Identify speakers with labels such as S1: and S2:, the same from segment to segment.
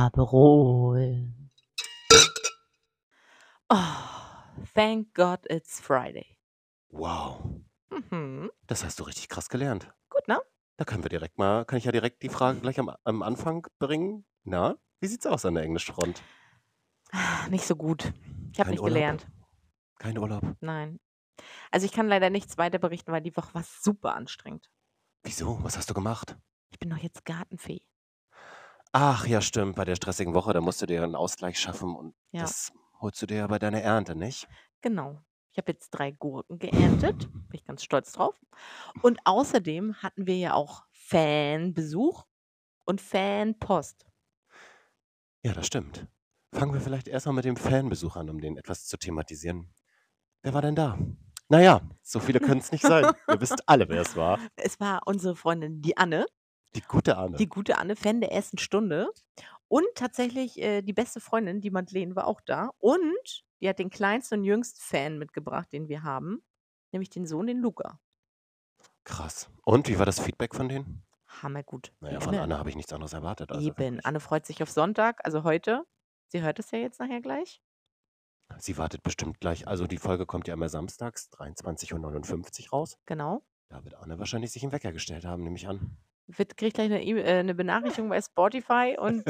S1: Rhabarberol.
S2: Oh, thank God it's Friday.
S3: Wow,
S2: Mhm.
S3: das hast du richtig krass gelernt.
S2: Gut, ne?
S3: Da können wir direkt mal, kann ich ja direkt die Frage gleich am, am Anfang bringen. Na, wie sieht's aus an der Englischfront?
S2: Nicht so gut. Ich habe
S3: Kein
S2: nicht
S3: Urlaub?
S2: gelernt.
S3: Kein Urlaub.
S2: Nein. Also ich kann leider nichts weiter berichten, weil die Woche war super anstrengend.
S3: Wieso? Was hast du gemacht?
S2: Ich bin doch jetzt Gartenfee.
S3: Ach ja, stimmt, bei der stressigen Woche, da musst du dir einen Ausgleich schaffen und
S2: Ja.
S3: das holst du dir ja bei deiner Ernte, nicht?
S2: Genau. Ich habe jetzt drei Gurken geerntet. Bin ich ganz stolz drauf. Und außerdem hatten wir ja auch Fanbesuch und Fanpost.
S3: Ja, das stimmt. Fangen wir vielleicht erstmal mit dem Fanbesuch an, um den etwas zu thematisieren. Wer war denn da? Naja, so viele können es nicht sein. Ihr wisst alle, wer es war.
S2: Es war unsere Freundin, die Anne,
S3: Die gute Anne.
S2: die gute Anne, Fan der ersten Stunde. Und tatsächlich äh, die beste Freundin, die Madeleine, war auch da. Und die hat den kleinsten und jüngsten Fan mitgebracht, den wir haben, nämlich den Sohn, den Luca.
S3: Krass. Und wie war das Feedback von denen?
S2: Hammergut. wie
S3: Naja, von
S2: immer.
S3: Anne habe ich nichts anderes erwartet. Also
S2: Eben.
S3: wirklich.
S2: Anne freut sich auf Sonntag, also heute. Sie hört es ja jetzt nachher gleich.
S3: Sie wartet bestimmt gleich. Also die Folge kommt ja immer samstags, 23.59 Uhr raus.
S2: Genau.
S3: Da wird Anne wahrscheinlich sich einen Wecker gestellt haben, nehme ich an.
S2: Wird, kriegt gleich eine, E- äh, eine Benachrichtigung bei Spotify und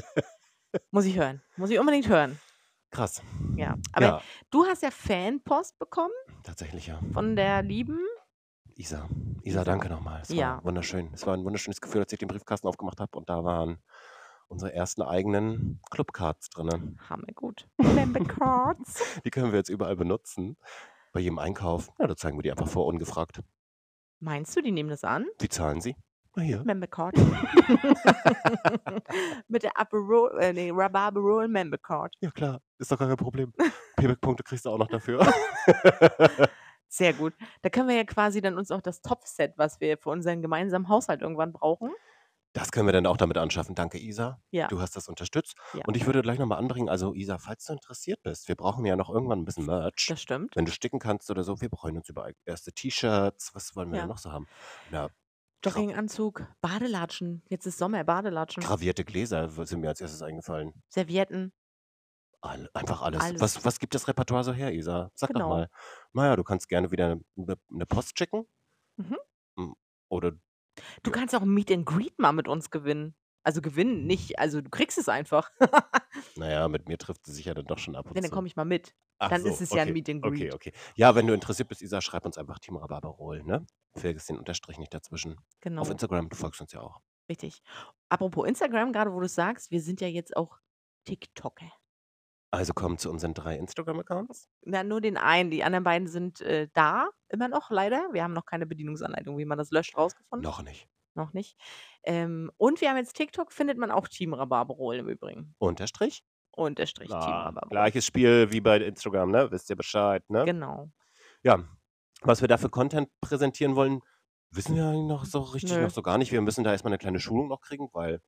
S2: muss ich hören. Muss ich unbedingt hören.
S3: Krass.
S2: Ja. Aber
S3: ja,
S2: du hast ja Fanpost bekommen
S3: tatsächlich ja.
S2: von der lieben.
S3: Isa. Isa, danke nochmal. Es
S2: Ja.
S3: war wunderschön. Es war ein wunderschönes Gefühl, als ich den Briefkasten aufgemacht habe und da waren unsere ersten eigenen Clubcards drin.
S2: Hammergut. Member Cards.
S3: Die können wir jetzt überall benutzen. Bei jedem Einkauf. Ja, da zeigen wir die einfach vor, ungefragt.
S2: Meinst du, die nehmen das an?
S3: Wie zahlen sie? Na hier.
S2: Member Card. Mit der Aperol, äh, nee, Rhabarberol Member Card.
S3: Ja klar, ist doch gar kein Problem. Payback-Punkte kriegst du auch noch dafür.
S2: Sehr gut. Da können wir ja quasi dann uns auch das Topfset, was wir für unseren gemeinsamen Haushalt irgendwann brauchen.
S3: Das können wir dann auch damit anschaffen. Danke, Isa.
S2: Ja.
S3: Du hast das unterstützt.
S2: Ja.
S3: Und ich würde gleich nochmal anbringen, also Isa, falls du interessiert bist, wir brauchen ja noch irgendwann ein bisschen Merch.
S2: Das stimmt.
S3: Wenn du sticken kannst oder so, wir freuen uns über erste T-Shirts. Was wollen wir
S2: Ja.
S3: denn noch so haben? Na, Gra-
S2: Jogginganzug, Badelatschen. Jetzt ist Sommer, Badelatschen,
S3: gravierte Gläser w- sind mir als erstes eingefallen.
S2: Servietten.
S3: All, einfach alles.
S2: Alles.
S3: Was, was gibt das Repertoire so her, Isa? Sag
S2: Genau.
S3: doch mal. Naja, du kannst gerne wieder eine, eine Post schicken.
S2: Mhm.
S3: Mm, Oder
S2: Du kannst auch ein Meet and Greet mal mit uns gewinnen. Also gewinnen nicht, also du kriegst es einfach.
S3: naja, mit mir trifft sie sich ja dann doch schon ab und
S2: Denn
S3: zu.
S2: dann komme ich mal mit.
S3: Ach
S2: dann ist es ja ein Meet and
S3: Okay,
S2: Greet.
S3: okay. Ja, wenn du interessiert bist, Isa, schreib uns einfach Team Rhabarberol, ne? Vergiss den Unterstrich nicht dazwischen.
S2: Genau,
S3: Auf Instagram, du folgst uns ja auch.
S2: richtig. Apropos Instagram, gerade wo du es sagst, wir sind ja jetzt auch TikToker.
S3: Also komm zu unseren drei Instagram-Accounts.
S2: Na, nur den einen. Die anderen beiden sind äh, da, immer noch, leider. Wir haben noch keine Bedienungsanleitung, wie man das löscht, rausgefunden.
S3: Noch nicht.
S2: Noch nicht. Ähm, und wir haben jetzt TikTok, findet man auch Team Rhabarberol im Übrigen.
S3: Unterstrich?
S2: Unterstrich Team
S3: Ah,
S2: Rhabarberol.
S3: gleiches Spiel wie bei Instagram, ne? Wisst ihr Bescheid, ne?
S2: Genau.
S3: Ja. Was wir da für Content präsentieren wollen, wissen wir eigentlich noch so richtig
S2: Hm. Nö.
S3: noch so gar nicht. Wir müssen da erstmal eine kleine Schulung noch kriegen, weil,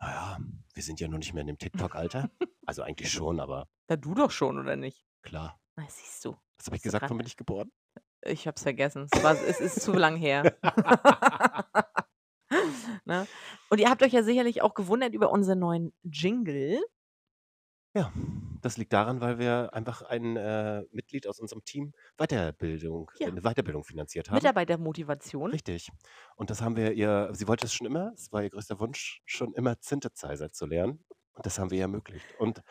S3: naja, wir sind ja noch nicht mehr in dem TikTok-Alter. also eigentlich schon, aber
S2: Na, du doch schon, oder nicht?
S3: klar.
S2: Na, siehst du.
S3: Was habe ich
S2: Hast du
S3: gesagt,
S2: grad-
S3: wann bin ich geboren?
S2: Ich hab's vergessen. Es, war, es ist zu lang her. ne? Und ihr habt euch ja sicherlich auch gewundert über unseren neuen Jingle.
S3: Ja, das liegt daran, weil wir einfach ein äh, Mitglied aus unserem Team Weiterbildung,
S2: Ja.
S3: eine Weiterbildung finanziert haben.
S2: Mitarbeitermotivation.
S3: Richtig. Und das haben wir ihr, sie wollte es schon immer, es war ihr größter Wunsch, schon immer Synthesizer zu lernen. Und das haben wir ihr ermöglicht. Und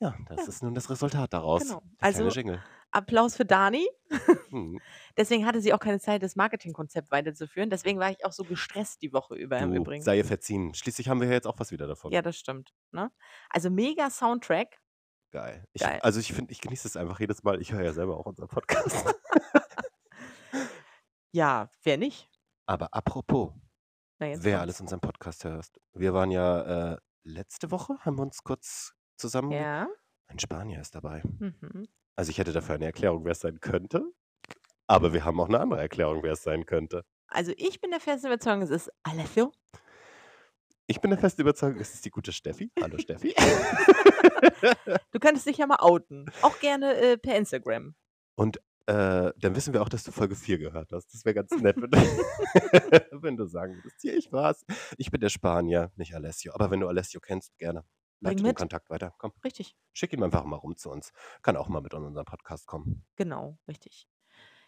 S3: ja, das
S2: Ja.
S3: ist nun das Resultat daraus.
S2: Genau.
S3: Der kleine
S2: Also-
S3: Jingle.
S2: Applaus für Dani.
S3: Hm.
S2: Deswegen hatte sie auch keine Zeit, das Marketingkonzept weiterzuführen. Deswegen war ich auch so gestresst die Woche über im
S3: Du,
S2: Übrigen.
S3: sei ihr verziehen. Schließlich haben wir ja jetzt auch was wieder davon.
S2: Ja, das stimmt. Ne? Also mega Soundtrack.
S3: Geil. Ich,
S2: Geil.
S3: Also ich finde, ich genieße es einfach jedes Mal. Ich höre ja selber auch unseren Podcast.
S2: Ja, wer nicht?
S3: Aber apropos,
S2: Na, jetzt
S3: wer
S2: kommt's.
S3: alles unseren Podcast hörst. Wir waren ja äh, letzte Woche, haben wir uns kurz zusammen.
S2: Ja.
S3: Ein Spanier ist dabei.
S2: Mhm.
S3: Also ich hätte dafür eine Erklärung, wer es sein könnte. Aber wir haben auch eine andere Erklärung, wer es sein könnte.
S2: Also ich bin der festen Überzeugung, es ist Alessio.
S3: Ich bin der festen Überzeugung, es ist die gute Steffi. Hallo Steffi. Äh,
S2: Du könntest dich ja mal outen. Auch gerne äh, per Instagram.
S3: äh, dann wissen wir auch, dass du Folge 4 gehört hast. Das wäre ganz nett, wenn du, wenn du sagen würdest, hier, ich war's. Ich bin der Spanier, nicht Alessio. Aber wenn du Alessio kennst, gerne.
S2: Bring
S3: Leite den
S2: mit.
S3: Kontakt weiter. Komm,
S2: Richtig.
S3: schick ihn einfach mal rum zu uns. Kann auch mal mit in unseren Podcast kommen.
S2: Genau, richtig.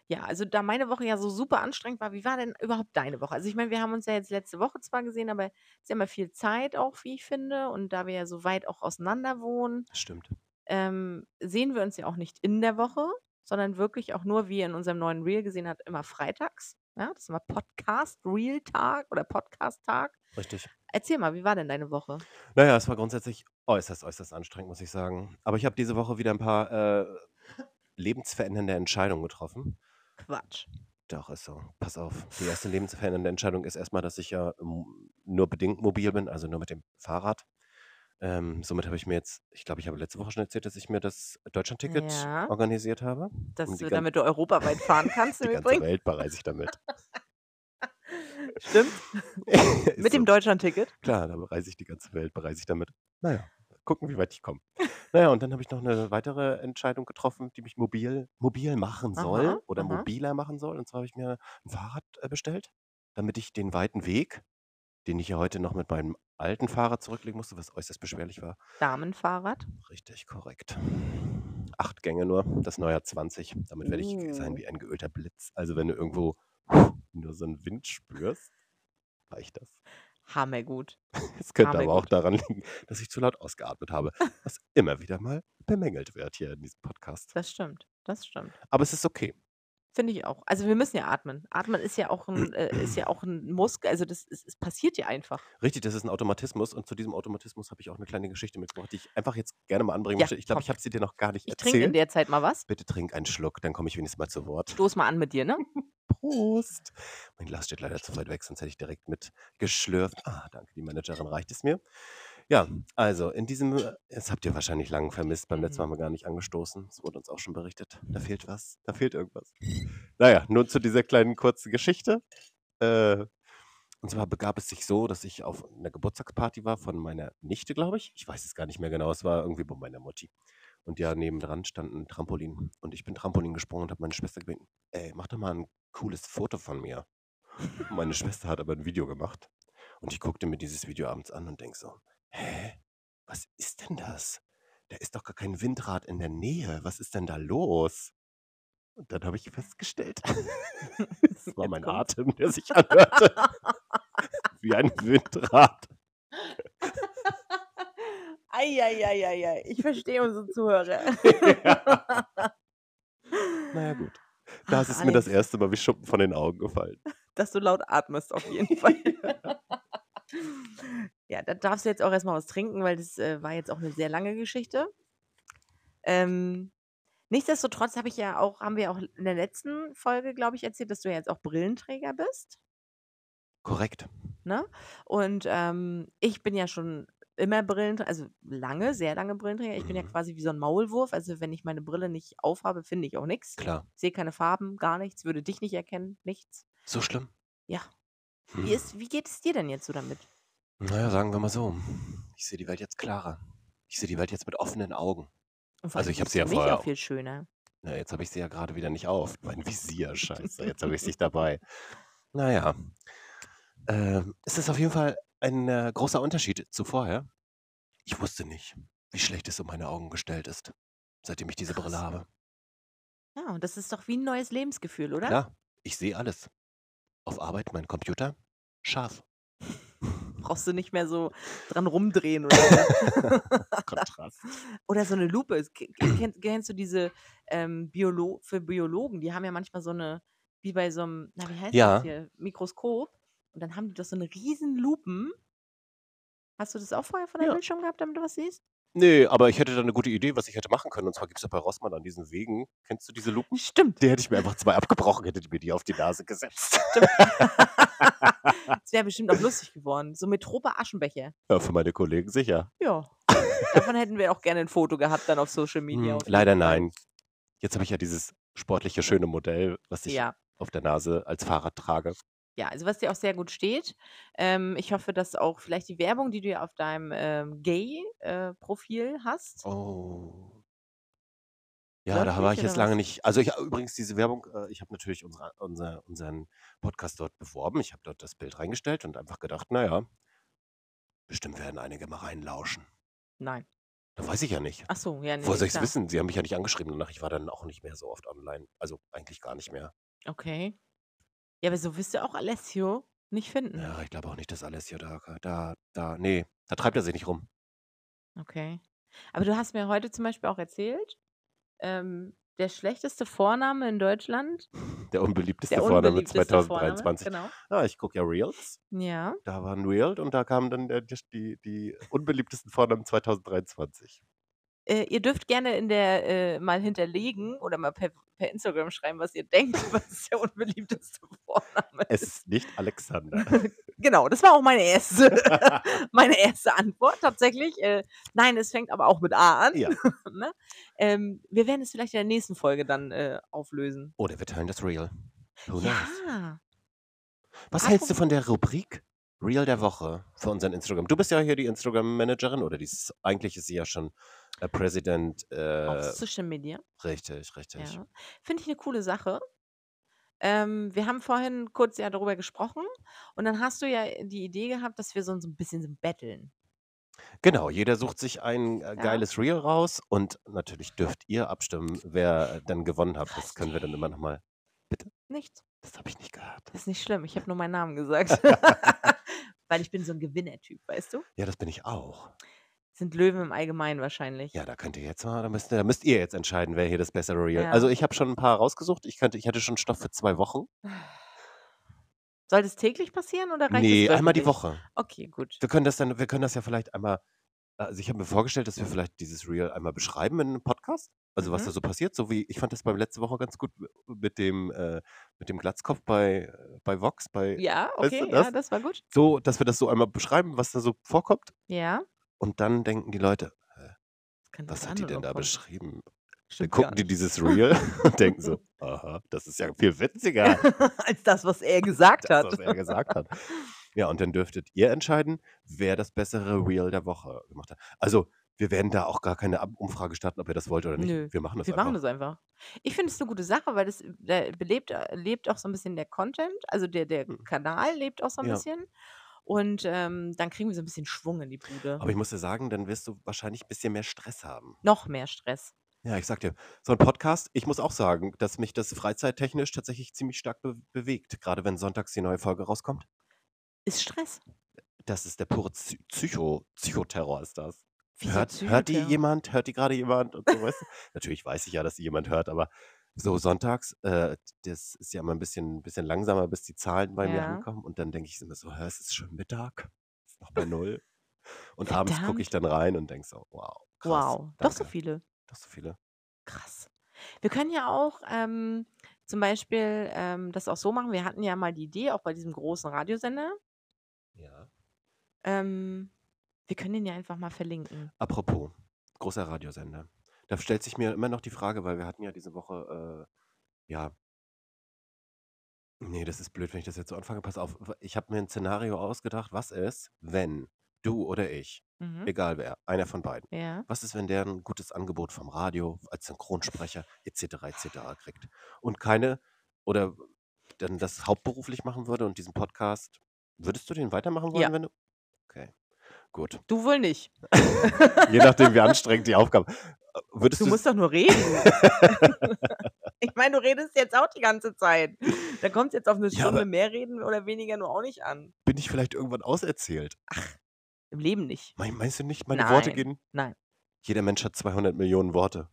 S2: Ja, also da meine Woche ja so super anstrengend war, wie war denn überhaupt deine Woche? Also ich meine, wir haben uns ja jetzt letzte Woche zwar gesehen, aber es ist ja immer viel Zeit auch, wie ich finde. Und da wir ja so weit auch auseinander wohnen,
S3: Stimmt.
S2: ähm, sehen wir uns ja auch nicht in der Woche, sondern wirklich auch nur, wie ihr in unserem neuen Reel gesehen habt, immer freitags. Ja, das ist immer Podcast-Reel-Tag oder Podcast-Tag.
S3: Richtig.
S2: Erzähl mal, wie war denn deine Woche?
S3: Naja, es war grundsätzlich äußerst, äußerst anstrengend, muss ich sagen. Aber ich habe diese Woche wieder ein paar äh, lebensverändernde Entscheidungen getroffen.
S2: Quatsch.
S3: Doch, ist so. Pass auf. Die erste lebensverändernde Entscheidung ist erstmal, dass ich ja ähm, nur bedingt mobil bin, also nur mit dem Fahrrad. Ähm, somit habe ich mir jetzt, ich glaube, ich habe letzte Woche schon erzählt, dass ich mir das Deutschland-Ticket
S2: Ja.
S3: organisiert habe.
S2: Das,
S3: die
S2: du-
S3: gan-
S2: damit du europaweit fahren kannst
S3: Die
S2: im
S3: ganze
S2: Übrigen.
S3: Welt bereise ich damit.
S2: Stimmt.
S3: Ist
S2: Mit dem
S3: so.
S2: Deutschland-Ticket.
S3: Klar, da bereise ich die ganze Welt, bereise ich damit. Naja, gucken, wie weit ich komme. Naja, und dann habe ich noch eine weitere Entscheidung getroffen, die mich mobil, mobil machen
S2: Aha,
S3: soll oder
S2: aha.
S3: mobiler machen soll. Und zwar habe ich mir ein Fahrrad äh, bestellt, damit ich den weiten Weg, den ich ja heute noch mit meinem alten Fahrrad zurücklegen musste, was äußerst beschwerlich war.
S2: Damenfahrrad.
S3: Richtig korrekt. Acht Gänge nur, das neue hat 20. Damit werde ich sein
S2: Oh.
S3: wie ein geölter Blitz. Also wenn du irgendwo nur so einen Wind spürst, reicht das.
S2: Hammergut.
S3: Es könnte
S2: Hammer
S3: aber auch
S2: gut.
S3: daran liegen, dass ich zu laut ausgeatmet habe, was immer wieder mal bemängelt wird hier in diesem Podcast.
S2: Das stimmt. Das stimmt.
S3: Aber es ist okay.
S2: Finde ich auch. Also wir müssen ja atmen. Atmen ist ja auch ein, äh, ist ja auch ein Muskel. Also das ist, es passiert ja einfach.
S3: Richtig, das ist ein Automatismus und zu diesem Automatismus habe ich auch eine kleine Geschichte mitgebracht, die ich einfach jetzt gerne mal anbringen
S2: Ja,
S3: möchte. Ich glaube,
S2: komm.
S3: ich habe sie dir noch gar nicht
S2: Ich trinke in
S3: erzählt.
S2: der Zeit mal was.
S3: Bitte trink einen Schluck, dann komme ich wenigstens mal zu Wort.
S2: Stoß mal an mit dir, ne?
S3: Prost! Mein Glas steht leider zu weit weg, sonst hätte ich direkt mit geschlürft. Ah, danke, die Managerin reicht es mir. Ja, also in diesem, äh, das habt ihr wahrscheinlich lange vermisst, beim letzten Mal haben wir gar nicht angestoßen. Es wurde uns auch schon berichtet. Da fehlt was, da fehlt irgendwas. Naja, nur zu dieser kleinen kurzen Geschichte. Äh, und zwar begab es sich so, dass ich auf einer Geburtstagsparty war von meiner Nichte, glaube ich. Ich weiß es gar nicht mehr genau, es war irgendwie bei meiner Mutti. Und ja, nebendran stand ein Trampolin. Und ich bin Trampolin gesprungen und habe meine Schwester gebeten, ey, mach doch mal ein cooles Foto von mir. Meine Schwester hat aber ein Video gemacht. Und ich guckte mir dieses Video abends an und denk so, hä? Was ist denn das? Da ist doch gar kein Windrad in der Nähe. Was ist denn da los? Und dann habe ich festgestellt, es war
S2: Jetzt
S3: mein
S2: kommt's.
S3: Atem, der sich anhörte wie ein Windrad.
S2: Eieieiei. Ich verstehe unsere Zuhörer.
S3: Naja gut, das
S2: Ach,
S3: ist mir das
S2: Alex,
S3: erste Mal wie Schuppen von den Augen gefallen.
S2: Dass du laut atmest, auf jeden Fall. ja, da darfst du jetzt auch erstmal was trinken, weil das äh, war jetzt auch eine sehr lange Geschichte. Ähm, nichtsdestotrotz habe ich ja auch, haben wir auch in der letzten Folge, glaube ich, erzählt, dass du ja jetzt auch Brillenträger bist.
S3: Korrekt.
S2: Und ähm, ich bin ja schon immer Brillenträger, also lange, sehr lange Brillenträger. Ich bin ja
S3: Mhm.
S2: quasi wie so ein Maulwurf. Also wenn ich meine Brille nicht aufhabe, finde ich auch nichts.
S3: Klar.
S2: Sehe keine Farben, gar nichts, würde dich nicht erkennen, nichts.
S3: So schlimm?
S2: Ja.
S3: Hm.
S2: Wie, ist, wie geht es dir denn jetzt so damit?
S3: Naja, sagen wir mal so. Ich sehe die Welt jetzt klarer. Ich sehe die Welt jetzt mit offenen Augen.
S2: Und vor
S3: Also
S2: allem
S3: ich hab
S2: siehst
S3: sie
S2: du
S3: ja
S2: mich
S3: vorher
S2: auch viel schöner.
S3: Na, jetzt habe ich sie ja gerade wieder nicht auf. Mein Visier, scheiße. Jetzt habe ich sie nicht dabei. Naja. Ähm, es ist auf jeden Fall ein äh, großer Unterschied zu vorher. Ich wusste nicht, wie schlecht es um meine Augen gestellt ist, seitdem ich diese Brille
S2: Krass.
S3: habe.
S2: Ja, und das ist doch wie ein neues Lebensgefühl, oder?
S3: Klar, ich sehe alles. Auf Arbeit mein Computer, scharf.
S2: Brauchst du nicht mehr so dran rumdrehen oder so.
S3: Kontrast.
S2: Oder so eine Lupe. Es- ke- ke- Kennst, kennst du diese ähm, Biolo für Biologen? Die haben ja manchmal so eine, wie bei so einem, na, wie heißt
S3: Ja.
S2: das hier? Mikroskop. Und dann haben die doch so eine riesen Lupen. Hast du das auch vorher von deinem
S3: Ja.
S2: Bildschirm gehabt, damit du was siehst?
S3: Nee, aber ich hätte da eine gute Idee, was ich hätte machen können. Und zwar gibt es ja bei Rossmann an diesen Wegen. Kennst du diese Lupen?
S2: Stimmt.
S3: Die hätte ich mir einfach zwei abgebrochen, hätte ich mir die auf die Nase gesetzt.
S2: Das wäre bestimmt auch lustig geworden. So mit Tropa Aschenbecher.
S3: Ja, für meine Kollegen sicher.
S2: Ja. Davon hätten wir auch gerne ein Foto gehabt, dann auf Social Media.
S3: Hm,
S2: auf jeden
S3: leider
S2: Fall.
S3: nein. Jetzt habe ich ja dieses sportliche, schöne Modell, was ich
S2: Ja.
S3: auf der Nase als Fahrrad trage.
S2: Ja, also was dir auch sehr gut steht. Ähm, ich hoffe, dass auch vielleicht die Werbung, die du ja auf deinem ähm, Gay-Profil hast.
S3: Oh. Ja,
S2: Läuft
S3: da war
S2: nicht,
S3: ich jetzt
S2: oder was?
S3: lange nicht. Also ich, übrigens diese Werbung, äh, ich habe natürlich unsere, unser, unseren Podcast dort beworben. Ich habe dort das Bild reingestellt und einfach gedacht, naja, bestimmt werden einige mal reinlauschen.
S2: Nein.
S3: Da weiß ich ja nicht.
S2: Ach so, ja,
S3: Woher
S2: nee,
S3: soll ich es
S2: klar.
S3: wissen? Sie haben mich ja nicht angeschrieben danach. Ich war dann auch nicht mehr so oft online. Also eigentlich gar nicht mehr.
S2: Okay. Ja, aber so wirst du auch Alessio nicht finden.
S3: Ja, ich glaube auch nicht, dass Alessio da, da, da, nee, da treibt er sich nicht rum.
S2: Okay. Aber du hast mir heute zum Beispiel auch erzählt, ähm, der schlechteste Vorname in Deutschland,
S3: Der unbeliebteste ne?
S2: der
S3: Vorname
S2: unbeliebteste Vorname,
S3: 2023.
S2: genau.
S3: Ah, ich gucke ja Reels.
S2: Ja.
S3: Da war ein Reel und da kamen dann äh, die, die, die unbeliebtesten Vornamen 2023.
S2: Äh, ihr dürft gerne in der äh, mal hinterlegen oder mal per, per Instagram schreiben, was ihr denkt, was der unbeliebteste Vorname
S3: Es
S2: ist.
S3: ist nicht Alexander.
S2: Genau, das war auch meine erste, meine erste Antwort tatsächlich. Äh, nein, es fängt aber auch mit A an.
S3: Ja.
S2: ne? ähm, wir werden es vielleicht in der nächsten Folge dann äh, auflösen.
S3: Oder wir teilen das Reel. Who knows?
S2: Ja.
S3: Was
S2: apropos-
S3: hältst du von der Rubrik Reel der Woche für unseren Instagram? Du bist ja hier die Instagram-Managerin oder die, ist- eigentlich ist sie ja schon äh, Präsident.
S2: Auf
S3: Äh,
S2: Social Media.
S3: richtig, richtig.
S2: Ja. Finde ich eine coole Sache. Ähm, wir haben vorhin kurz ja darüber gesprochen und dann hast du ja die Idee gehabt, dass wir so so ein bisschen so betteln.
S3: Genau, jeder sucht sich ein äh, geiles Reel raus und natürlich dürft ihr abstimmen, wer äh, dann gewonnen hat. Das können wir dann immer nochmal.
S2: Nichts.
S3: Das habe ich nicht gehört.
S2: Das ist nicht schlimm. Ich habe nur meinen Namen gesagt. Weil ich bin so ein Gewinnertyp, weißt du?
S3: Ja, das bin ich auch.
S2: Sind Löwen im Allgemeinen wahrscheinlich.
S3: Ja, da könnt ihr jetzt mal, da müsst, ihr- da müsst ihr jetzt entscheiden, wer hier das bessere Reel.
S2: Ja.
S3: Also ich habe schon ein paar rausgesucht. Ich, könnte, ich hatte schon Stoff für zwei Wochen.
S2: Soll das täglich passieren oder reicht
S3: nee,
S2: es
S3: einmal die
S2: wöchentlich?
S3: Woche.
S2: Okay, gut.
S3: Wir können das dann, wir können das ja vielleicht einmal. Also ich habe mir vorgestellt, dass wir vielleicht dieses Reel einmal beschreiben in einem Podcast. Also was
S2: Mhm.
S3: da so passiert, so wie ich fand das beim letzte Woche ganz gut mit dem äh, mit dem Glatzkopf bei äh, bei Vox, bei
S2: Ja,
S3: Weißt du
S2: okay,
S3: das?
S2: ja, das war gut.
S3: so, dass wir das so einmal beschreiben, was da so vorkommt.
S2: Ja.
S3: Und dann denken die Leute,
S2: das kann
S3: was
S2: das
S3: hat die
S2: andere
S3: denn da
S2: kommen.
S3: beschrieben? Dann
S2: Stimmt gar
S3: gucken die dieses Reel und denken so, aha, das ist ja viel witziger,
S2: nicht. als das, was er gesagt
S3: das,
S2: hat.
S3: was er gesagt hat. Ja, und dann dürftet ihr entscheiden, wer das bessere Reel der Woche gemacht hat. Also, wir werden da auch gar keine Ab- Umfrage starten, ob ihr das wollt oder nicht.
S2: Nö,
S3: Wir machen das
S2: Wir
S3: einfach.
S2: machen das einfach. Ich finde es eine gute Sache, weil das äh, da belebt, äh, lebt auch so ein bisschen der Content, also der, der
S3: Hm.
S2: Kanal lebt auch so ein
S3: Ja.
S2: bisschen. Und ähm, dann kriegen wir so ein bisschen Schwung in die Bude.
S3: Aber ich muss dir sagen, dann wirst du wahrscheinlich ein bisschen mehr Stress haben.
S2: Noch mehr Stress.
S3: Ja, ich sag dir, so ein Podcast, ich muss auch sagen, dass mich das freizeittechnisch tatsächlich ziemlich stark be bewegt, gerade wenn sonntags die neue Folge rauskommt.
S2: Ist Stress.
S3: Das ist der pure Psy- Psycho Psychoterror ist das.
S2: Wieso
S3: hört, hört die
S2: Psychoterror?
S3: jemand? Hört die gerade jemand? Und so, weißt du? Natürlich weiß ich ja, dass die jemand hört, aber so sonntags, äh, das ist ja immer ein bisschen, bisschen langsamer, bis die Zahlen bei mir
S2: Ja.
S3: ankommen. Und dann denke ich immer so, hä, es ist schon Mittag, ist noch bei null. Und abends gucke ich dann rein und denke so, wow, krass.
S2: wow, doch so
S3: danke,
S2: viele.
S3: Doch so viele.
S2: Krass. Wir können ja auch ähm, zum Beispiel ähm, das auch so machen. Wir hatten ja mal die Idee, auch bei diesem großen Radiosender.
S3: Ja.
S2: Ähm, wir können den ja einfach mal verlinken.
S3: Apropos, großer Radiosender. Da stellt sich mir immer noch die Frage, weil wir hatten ja diese Woche, äh, ja. Nee, das ist blöd, wenn ich das jetzt so anfange. Pass auf, wa- ich habe mir ein Szenario ausgedacht. Was ist, wenn du oder ich,
S2: Mhm.
S3: egal wer, einer von beiden,
S2: Ja.
S3: was ist, wenn der ein gutes Angebot vom Radio als Synchronsprecher etc. etc. kriegt und keine oder dann das hauptberuflich machen würde und diesen Podcast, würdest du den weitermachen wollen,
S2: Ja.
S3: wenn du? Okay, gut.
S2: Du wohl nicht.
S3: Je nachdem, wie anstrengend die Aufgabe. Äh, Würdest
S2: Du
S3: du,
S2: musst doch nur reden. ich meine, du redest jetzt auch die ganze Zeit. Da kommt es jetzt auf eine
S3: Ja,
S2: Stunde
S3: aber-
S2: mehr reden oder weniger nur auch nicht an.
S3: bin ich vielleicht irgendwann auserzählt?
S2: Im Leben nicht.
S3: Mein, meinst du nicht, meine Worte
S2: Nein,
S3: gehen?
S2: nein.
S3: Jeder Mensch hat 200 Millionen Worte.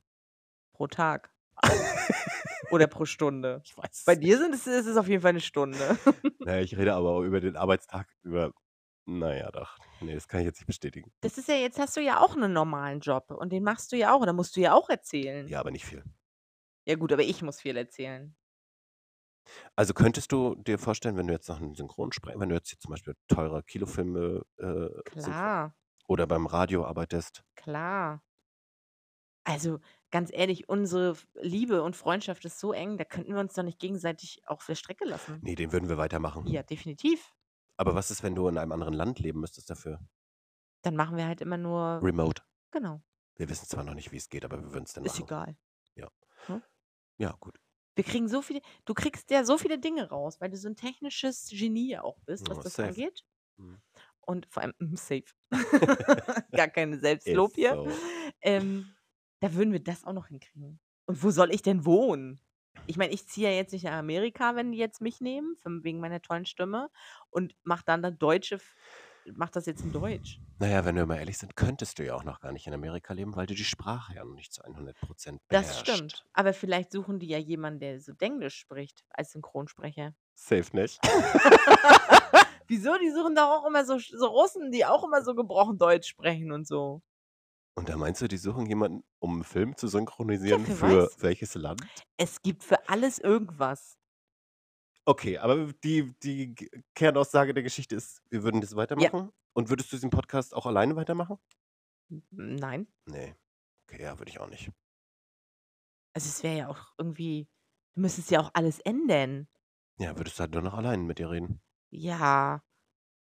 S2: Pro Tag. oder pro Stunde.
S3: Ich weiß.
S2: Bei dir sind es, ist es auf jeden Fall eine Stunde.
S3: Naja, ich rede aber auch über den Arbeitstag, über. Naja, doch. Nee, das kann ich jetzt nicht bestätigen.
S2: Das ist ja, jetzt hast du ja auch einen normalen Job und den machst du ja auch. Da musst du ja auch erzählen.
S3: Ja, aber nicht viel.
S2: ja gut, aber ich muss viel erzählen.
S3: Also könntest du dir vorstellen, wenn du jetzt noch einen Synchronsprecher, wenn du jetzt hier zum Beispiel teure Kilofilme äh, synchron-
S2: Klar.
S3: oder beim Radio arbeitest,
S2: Klar. Also ganz ehrlich, unsere F- Liebe und Freundschaft ist so eng, da könnten wir uns doch nicht gegenseitig auch auf der Strecke lassen.
S3: nee, den würden wir weitermachen.
S2: Ja, definitiv.
S3: Aber was ist, wenn du in einem anderen Land leben müsstest dafür?
S2: Dann machen wir halt immer nur.
S3: Remote.
S2: genau.
S3: Wir wissen zwar noch nicht, wie es geht, aber wir würden es dann
S2: Ist
S3: machen.
S2: egal.
S3: Ja, gut.
S2: Wir kriegen so viele. Du kriegst ja so viele Dinge raus, weil du so ein technisches Genie auch bist, was
S3: Ja,
S2: das
S3: Oh, safe.
S2: angeht.
S3: Mhm.
S2: und vor allem mm, safe. Gar keine Selbstlob
S3: Ist
S2: hier.
S3: so.
S2: Ähm, da würden wir das auch noch hinkriegen. Und wo soll ich denn wohnen? Ich meine, ich ziehe ja jetzt nicht nach Amerika, wenn die jetzt mich nehmen, von wegen meiner tollen Stimme und mach dann das Deutsche, F- mach das jetzt in Deutsch.
S3: Naja, wenn wir mal ehrlich sind, könntest du ja auch noch gar nicht in Amerika leben, weil du die Sprache ja noch nicht zu 100 Prozent
S2: Das
S3: beherrschst.
S2: stimmt. Aber vielleicht suchen die ja jemanden, der so Englisch spricht, als Synchronsprecher.
S3: Safe nicht.
S2: Wieso? Die suchen doch auch immer so, so Russen, die auch immer so gebrochen Deutsch sprechen und so.
S3: Und da meinst du, die suchen jemanden, um einen Film zu synchronisieren
S2: wer
S3: für
S2: weiß.
S3: welches Land?
S2: Es gibt für alles irgendwas.
S3: Okay, aber die, die G- Kernaussage der Geschichte ist, wir würden das weitermachen. Und würdest du diesen Podcast auch alleine weitermachen?
S2: Nein.
S3: Nee. Okay, ja, würde ich auch nicht.
S2: Also es wäre ja auch irgendwie, du müsstest ja auch alles ändern.
S3: Ja, würdest du halt nur noch allein mit dir reden.
S2: Ja.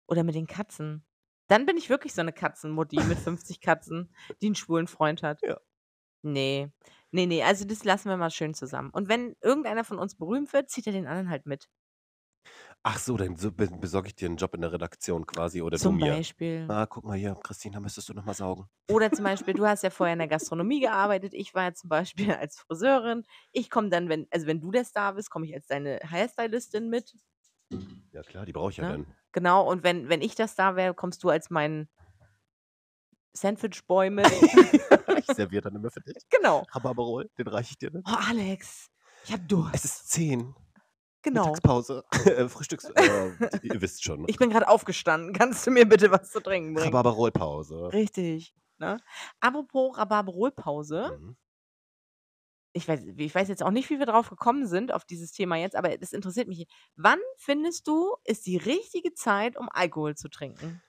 S2: Oder mit den Katzen. Dann bin ich wirklich so eine Katzenmutti mit 50 Katzen, die einen schwulen Freund hat.
S3: Ja.
S2: Nee. Nee, nee, also das lassen wir mal schön zusammen. Und wenn irgendeiner von uns berühmt wird, zieht er den anderen halt mit.
S3: Ach so, dann so be- besorge ich dir einen Job in der Redaktion quasi oder
S2: Zum
S3: du mir.
S2: Beispiel.
S3: Ah, guck mal hier, Christina, müsstest du nochmal saugen.
S2: Oder zum Beispiel, du hast ja vorher in der Gastronomie gearbeitet. Ich war ja zum Beispiel als Friseurin. Ich komme dann, wenn, also wenn du der Star bist, komme ich als deine Hairstylistin mit.
S3: Ja klar, die brauche ich ja
S2: Ne?
S3: dann.
S2: Genau, und wenn, wenn ich der Star wäre, kommst du als mein Sandwich-Boy mit.
S3: Ich serviere dann immer für dich.
S2: genau.
S3: Rhabarberol, den reiche ich dir dann.
S2: Oh, Alex, ich hab Durst.
S3: Es ist 10.
S2: Genau.
S3: Mittagspause. Äh, Frühstücks. Äh, ihr wisst schon.
S2: Ich bin gerade aufgestanden. Kannst du mir bitte was zu trinken bringen?
S3: Rhabarberolpause.
S2: Richtig. Ne? Apropos Rhabarberolpause.
S3: Mhm.
S2: Ich weiß, ich weiß jetzt auch nicht, wie wir drauf gekommen sind, auf dieses Thema jetzt, aber das interessiert mich. Wann findest du, ist die richtige Zeit, um Alkohol zu trinken?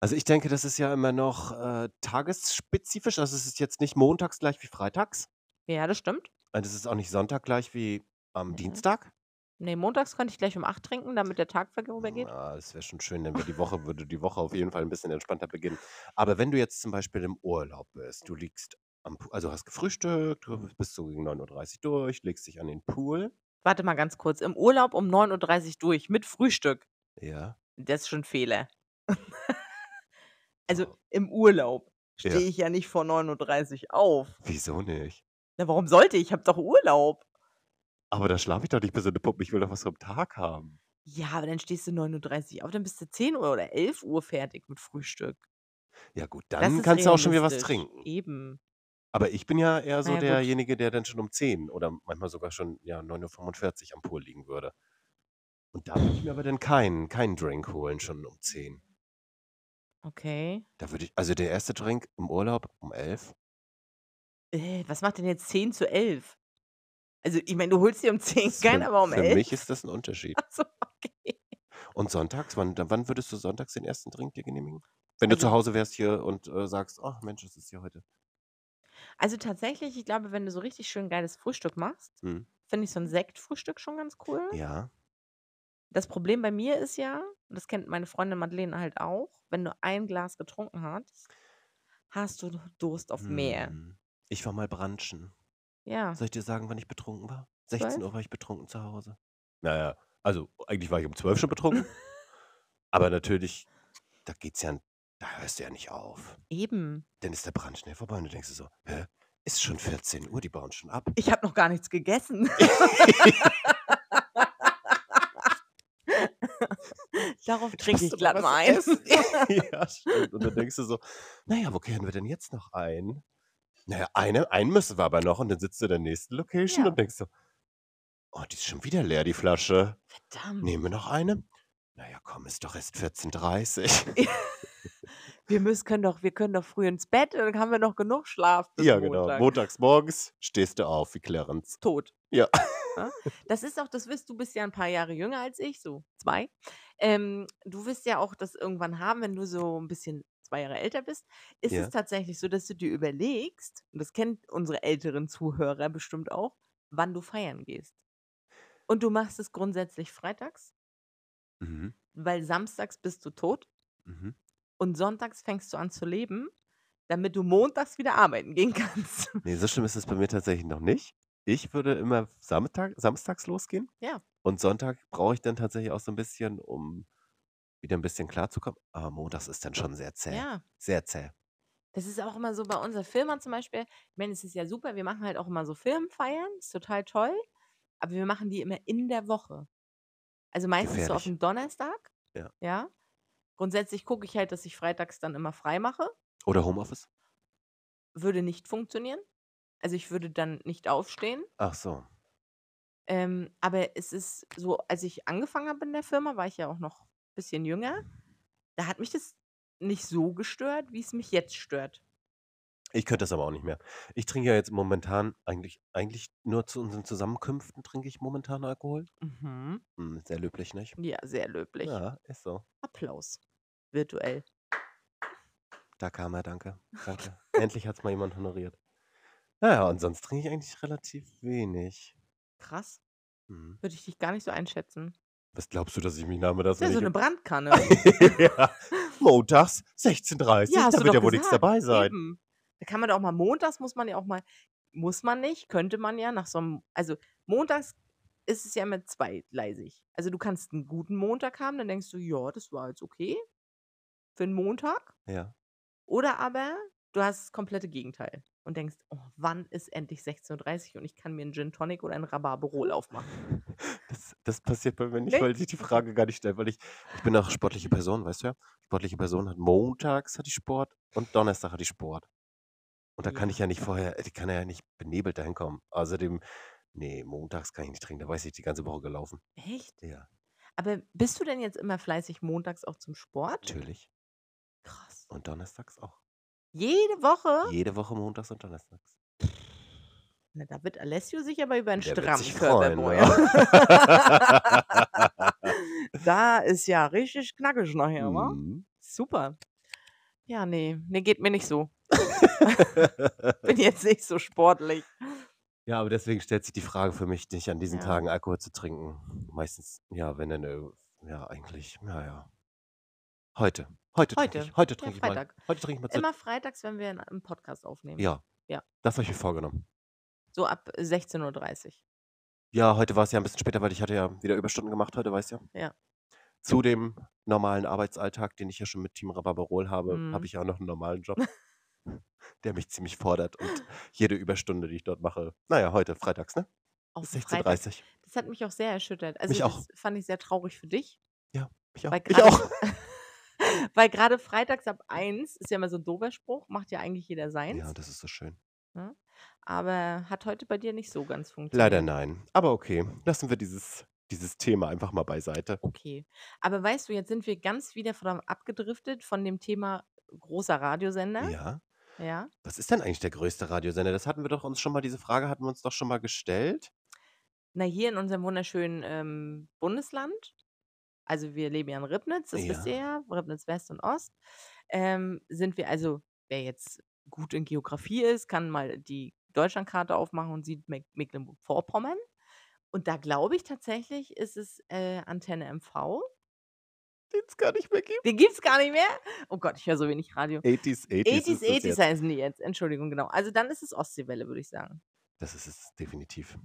S3: Also ich denke, das ist ja immer noch äh, tagesspezifisch. Also es ist jetzt nicht montags gleich wie freitags.
S2: Ja, das stimmt.
S3: Und es ist auch nicht Sonntag gleich wie am Dienstag.
S2: Nee, montags könnte ich gleich um 8 trinken, damit der Tag vorübergeht.
S3: Ja, es wäre schon schön, wenn wir die Woche, würde die Woche auf jeden Fall ein bisschen entspannter beginnen. Aber wenn du jetzt zum Beispiel im Urlaub bist, du liegst am Pool, also hast gefrühstückt, du bist so gegen 9.30 Uhr durch, legst dich an den Pool.
S2: Warte mal ganz kurz. Im Urlaub um 9.30 Uhr durch, mit Frühstück.
S3: Ja.
S2: Das ist schon ein Fehler. also
S3: Ja.
S2: im Urlaub
S3: Ja.
S2: stehe ich ja nicht vor 9.30 Uhr auf.
S3: Wieso nicht?
S2: Na, warum sollte ich? Ich habe doch Urlaub.
S3: Aber da schlafe ich doch nicht bis in die Puppe, ich will doch was vom Tag haben.
S2: Ja, aber dann stehst du 9.30 Uhr auf, dann bist du 10 Uhr oder 11 Uhr fertig mit Frühstück.
S3: Ja gut,
S2: Das
S3: dann
S2: ist
S3: kannst du auch schon wieder was
S2: realistisch.
S3: trinken.
S2: Eben.
S3: Aber ich bin ja eher so
S2: Na ja, gut.
S3: derjenige, der dann schon um 10 oder manchmal sogar schon ja, 9.45 Uhr am Pool liegen würde. Und da würde ich mir aber dann keinen, keinen Drink holen, schon um 10.
S2: Okay.
S3: Da würde ich, also der erste Drink im Urlaub um 11.
S2: Äh, was macht denn jetzt 10 zu 11? Also, ich meine, du holst dir um 10
S3: Das ist
S2: keinen,
S3: für,
S2: aber um
S3: Für
S2: 11.
S3: mich ist das ein Unterschied.
S2: Also, okay.
S3: Und sonntags, wann, dann- wann würdest du sonntags den ersten Drink dir genehmigen? Wenn du
S2: Also-
S3: zu Hause wärst hier und äh, sagst, ach Mensch, es ist ja heute.
S2: also tatsächlich, ich glaube, wenn du so richtig schön geiles Frühstück machst,
S3: Hm.
S2: finde ich so ein Sektfrühstück schon ganz cool.
S3: Ja.
S2: Das Problem bei mir ist ja, und das kennt meine Freundin Madeleine halt auch, wenn du ein Glas getrunken hast, hast du noch Durst auf mehr.
S3: Hm. Ich war mal branchen.
S2: Ja.
S3: Soll ich dir sagen, wann ich betrunken war?
S2: 12?
S3: 16 Uhr war ich betrunken zu Hause. Naja, also eigentlich war ich um 12 schon betrunken. aber natürlich, da geht's ja, da hörst du ja nicht auf.
S2: Eben.
S3: Dann ist der Brand schnell vorbei und du denkst dir so, hä? Ist schon 14 Uhr, die bauen schon ab.
S2: Ich habe noch gar nichts gegessen. Darauf trinke ich
S3: Musst du
S2: glatt
S3: noch
S2: mal
S3: was
S2: eins.
S3: essen? ja, stimmt. Und dann denkst du so, naja, wo kehren wir denn jetzt noch ein? Naja, eine, einen müssen wir aber noch und dann sitzt du in der nächsten Location
S2: Ja.
S3: und denkst so, oh, die ist schon wieder leer, die Flasche.
S2: Verdammt.
S3: Nehmen wir noch eine? Naja, komm, ist doch erst 14.30 Uhr.
S2: Wir müssen, können doch, wir können doch früh ins Bett und dann haben wir noch genug Schlaf. Bis
S3: ja,
S2: Montag.
S3: genau. Montags morgens stehst du auf wie Clarence.
S2: tot.
S3: Ja.
S2: Ja? Das ist auch, das wirst du bist ja ein paar Jahre jünger als ich, so zwei. Ähm, du wirst ja auch das irgendwann haben, wenn du so ein bisschen zwei Jahre älter bist, ist
S3: Ja.
S2: es tatsächlich so, dass du dir überlegst, und das kennt unsere älteren Zuhörer bestimmt auch, wann du feiern gehst. Und du machst es grundsätzlich freitags,
S3: Mhm.
S2: weil samstags bist du tot
S3: Mhm.
S2: und sonntags fängst du an zu leben, damit du montags wieder arbeiten gehen kannst.
S3: Nee, so schlimm ist es bei mir tatsächlich noch nicht. Ich würde immer Samstag, samstags losgehen.
S2: Ja.
S3: Und Sonntag brauche ich dann tatsächlich auch so ein bisschen, um wieder ein bisschen klarzukommen. Aber montags ist dann schon sehr zäh.
S2: Ja.
S3: Sehr zäh.
S2: Das ist auch immer so bei unseren Filmern zum Beispiel. Ich meine, es ist ja super, wir machen halt auch immer so Filmfeiern, ist total toll. Aber wir machen die immer in der Woche. Also meistens so auf
S3: Gefährlich.
S2: dem Donnerstag.
S3: Ja.
S2: ja. Grundsätzlich gucke ich halt, dass ich freitags dann immer frei mache.
S3: Oder Homeoffice?
S2: Würde nicht funktionieren. Also ich würde dann nicht aufstehen.
S3: Ach so.
S2: Ähm, aber es ist so, als ich angefangen habe in der Firma, war ich ja auch noch ein bisschen jünger. Da hat mich das nicht so gestört, wie es mich jetzt stört.
S3: Ich könnte das aber auch nicht mehr. Ich trinke ja jetzt momentan eigentlich, eigentlich nur zu unseren Zusammenkünften trinke ich momentan Alkohol.
S2: Mhm.
S3: Hm, sehr löblich, nicht?
S2: Ja, sehr löblich.
S3: Ja, ist so.
S2: Applaus. Virtuell.
S3: Da kam er, danke. Danke. Endlich hat es mal jemand honoriert. Naja, und sonst trinke ich eigentlich relativ wenig.
S2: Krass.
S3: Hm.
S2: Würde ich dich gar nicht so einschätzen.
S3: Was glaubst du, dass Also ich mich name das
S2: Das ist ja so eine Brandkanne. ne?
S3: um ja. Montags 16.30
S2: Ja, hast
S3: da
S2: du
S3: wird
S2: doch
S3: ja wohl nichts
S2: gesagt.
S3: dabei sein.
S2: Eben. Da kann man doch auch mal montags, muss man ja auch mal, muss man nicht, könnte man ja nach so einem, also montags ist es ja immer zweigleisig. Also du kannst einen guten Montag haben, dann denkst du, ja, das war jetzt okay für einen Montag.
S3: Ja.
S2: Oder aber du hast das komplette Gegenteil und denkst, oh, wann ist endlich 16.30 Uhr und ich kann mir einen Gin Tonic oder einen Rhabarberol aufmachen.
S3: Das, das passiert bei mir nicht,
S2: Nee?
S3: weil ich die Frage gar nicht stelle, weil ich, ich bin auch sportliche Person, weißt du ja? Sportliche Person hat montags hat die Sport und Donnerstag hat die Sport. Und da kann
S2: Ja.
S3: ich ja nicht vorher, ich kann ja nicht benebelt dahin kommen. Außerdem, nee, montags kann ich nicht trinken, da weiß ich die ganze Woche gelaufen.
S2: Echt?
S3: Ja,
S2: Aber bist du denn jetzt immer fleißig montags auch zum Sport?
S3: natürlich.
S2: Krass.
S3: Und donnerstags auch.
S2: Jede Woche?
S3: Jede Woche montags und donnerstags.
S2: Na, da wird Alessio sich aber über einen oh
S3: Der wird
S2: strammen
S3: sich
S2: Körper
S3: freuen,
S2: beugen.
S3: ne?
S2: da ist ja richtig knackig nachher, wa?
S3: Mhm.
S2: Super. Ja, nee, nee, geht mir nicht so. Bin jetzt nicht so sportlich.
S3: Ja, aber deswegen stellt sich die Frage für mich, nicht an diesen
S2: Ja.
S3: Tagen Alkohol zu trinken. Meistens, ja, wenn dann, äh, ja, eigentlich, naja. Heute. Heute trinke
S2: Heute.
S3: ich. Heute
S2: Ja,
S3: trinke ich mal.
S2: Freitag.
S3: Heute trinke ich mal zu.
S2: Also Immer freitags, wenn wir einen- einen Podcast aufnehmen.
S3: Ja.
S2: Ja.
S3: Das habe ich mir vorgenommen.
S2: So ab 16.30 Uhr.
S3: Ja, heute war es ja ein bisschen später, weil ich hatte ja wieder Überstunden gemacht heute, weißt du?
S2: Ja.
S3: Zu dem normalen Arbeitsalltag, den ich ja schon mit Team Rabarberol habe,
S2: Mhm.
S3: habe ich ja auch noch einen normalen Job, der mich ziemlich fordert. Und jede Überstunde, die ich dort mache, naja, heute, freitags, ne?
S2: Auf
S3: Bis
S2: den Freitag.
S3: 16.30 Uhr.
S2: Das hat mich auch sehr erschüttert. Also
S3: Mich auch.
S2: das fand ich sehr traurig für dich.
S3: Ich auch.
S2: Weil
S3: Ich auch.
S2: gerade- Weil gerade freitags ab 1 ist ja immer so ein doofer Spruch, macht ja eigentlich jeder seins.
S3: Ja, das ist so schön.
S2: Aber hat heute bei dir nicht so ganz funktioniert.
S3: Leider nein. Aber okay, lassen wir dieses, dieses Thema einfach mal beiseite.
S2: Okay. Aber weißt du, jetzt sind wir ganz wieder von abgedriftet von dem Thema großer Radiosender.
S3: Ja.
S2: Ja.
S3: Was ist denn eigentlich der größte Radiosender? Das hatten wir doch uns schon mal, diese Frage hatten wir uns doch schon mal gestellt.
S2: Na, hier in unserem wunderschönen ähm, Bundesland. Also wir leben ja in Ribnitz, das wisst ihr ja, Ribnitz West und Ost. Ähm, sind wir also, wer jetzt gut in Geografie ist, kann mal die Deutschlandkarte aufmachen und sieht Meck- Mecklenburg-Vorpommern. Und da glaube ich tatsächlich, ist es äh, Antenne MV.
S3: Den es gar nicht mehr gibt.
S2: Den gibt es gar nicht mehr. Oh Gott, ich höre so wenig Radio.
S3: 80s, 80s.
S2: 80s,
S3: ist es
S2: 80s
S3: jetzt.
S2: heißen die jetzt. Entschuldigung, genau. Also dann ist es Ostseewelle, würde ich sagen.
S3: Das ist es definitiv.